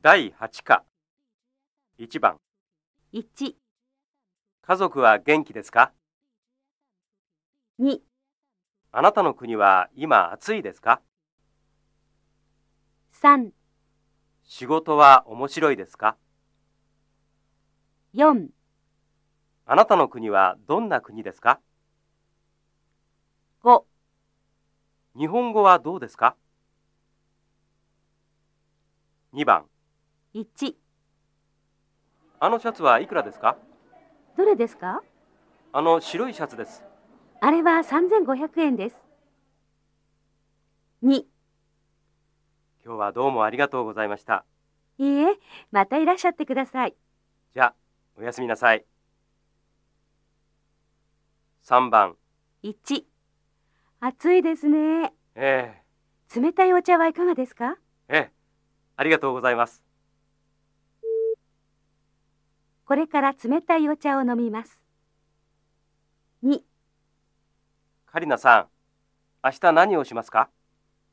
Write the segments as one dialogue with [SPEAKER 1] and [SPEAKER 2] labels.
[SPEAKER 1] 第8課1番
[SPEAKER 2] 1、
[SPEAKER 1] 家族は元気ですか
[SPEAKER 2] 2、
[SPEAKER 1] あなたの国は今暑いですか
[SPEAKER 2] 3、
[SPEAKER 1] 仕事は面白いですか
[SPEAKER 2] 4、
[SPEAKER 1] あなたの国はどんな国ですか
[SPEAKER 2] 5。
[SPEAKER 1] 日本語はどうですか2番
[SPEAKER 2] 1、
[SPEAKER 1] あのシャツはいくらですか
[SPEAKER 2] どれですか
[SPEAKER 1] あの白いシャツです
[SPEAKER 2] あれは3500円です。2、い
[SPEAKER 1] 今日はどうもありがとうございました
[SPEAKER 2] いえ、またいらっしゃってください。
[SPEAKER 1] じゃあおやすみなさい3番
[SPEAKER 2] 1、暑いですね。
[SPEAKER 1] え
[SPEAKER 2] 冷たいお茶はいかがですか
[SPEAKER 1] えええありがとうございます
[SPEAKER 2] これから冷たいお茶を飲みます。2、
[SPEAKER 1] カリナさん、明日何をしますか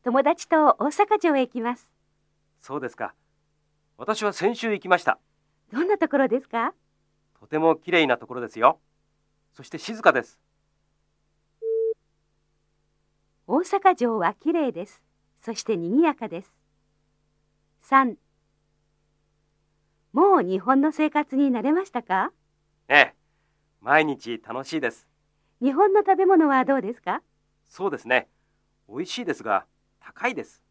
[SPEAKER 2] 友達と大阪城へ行きます。
[SPEAKER 1] そうですか。私は先週行きました。
[SPEAKER 2] どんなところですか
[SPEAKER 1] とても綺麗なところですよ。そして静かです。
[SPEAKER 2] 大阪城は綺麗です。そして賑やかです。3もう日本の生活に慣れましたか
[SPEAKER 1] ええ、毎日楽しいです。
[SPEAKER 2] 日本の食べ物はどうですか
[SPEAKER 1] そうですね。美味しいですが、高いです。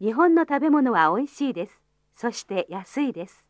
[SPEAKER 2] 日本の食べ物は美味しいです。そして安いです。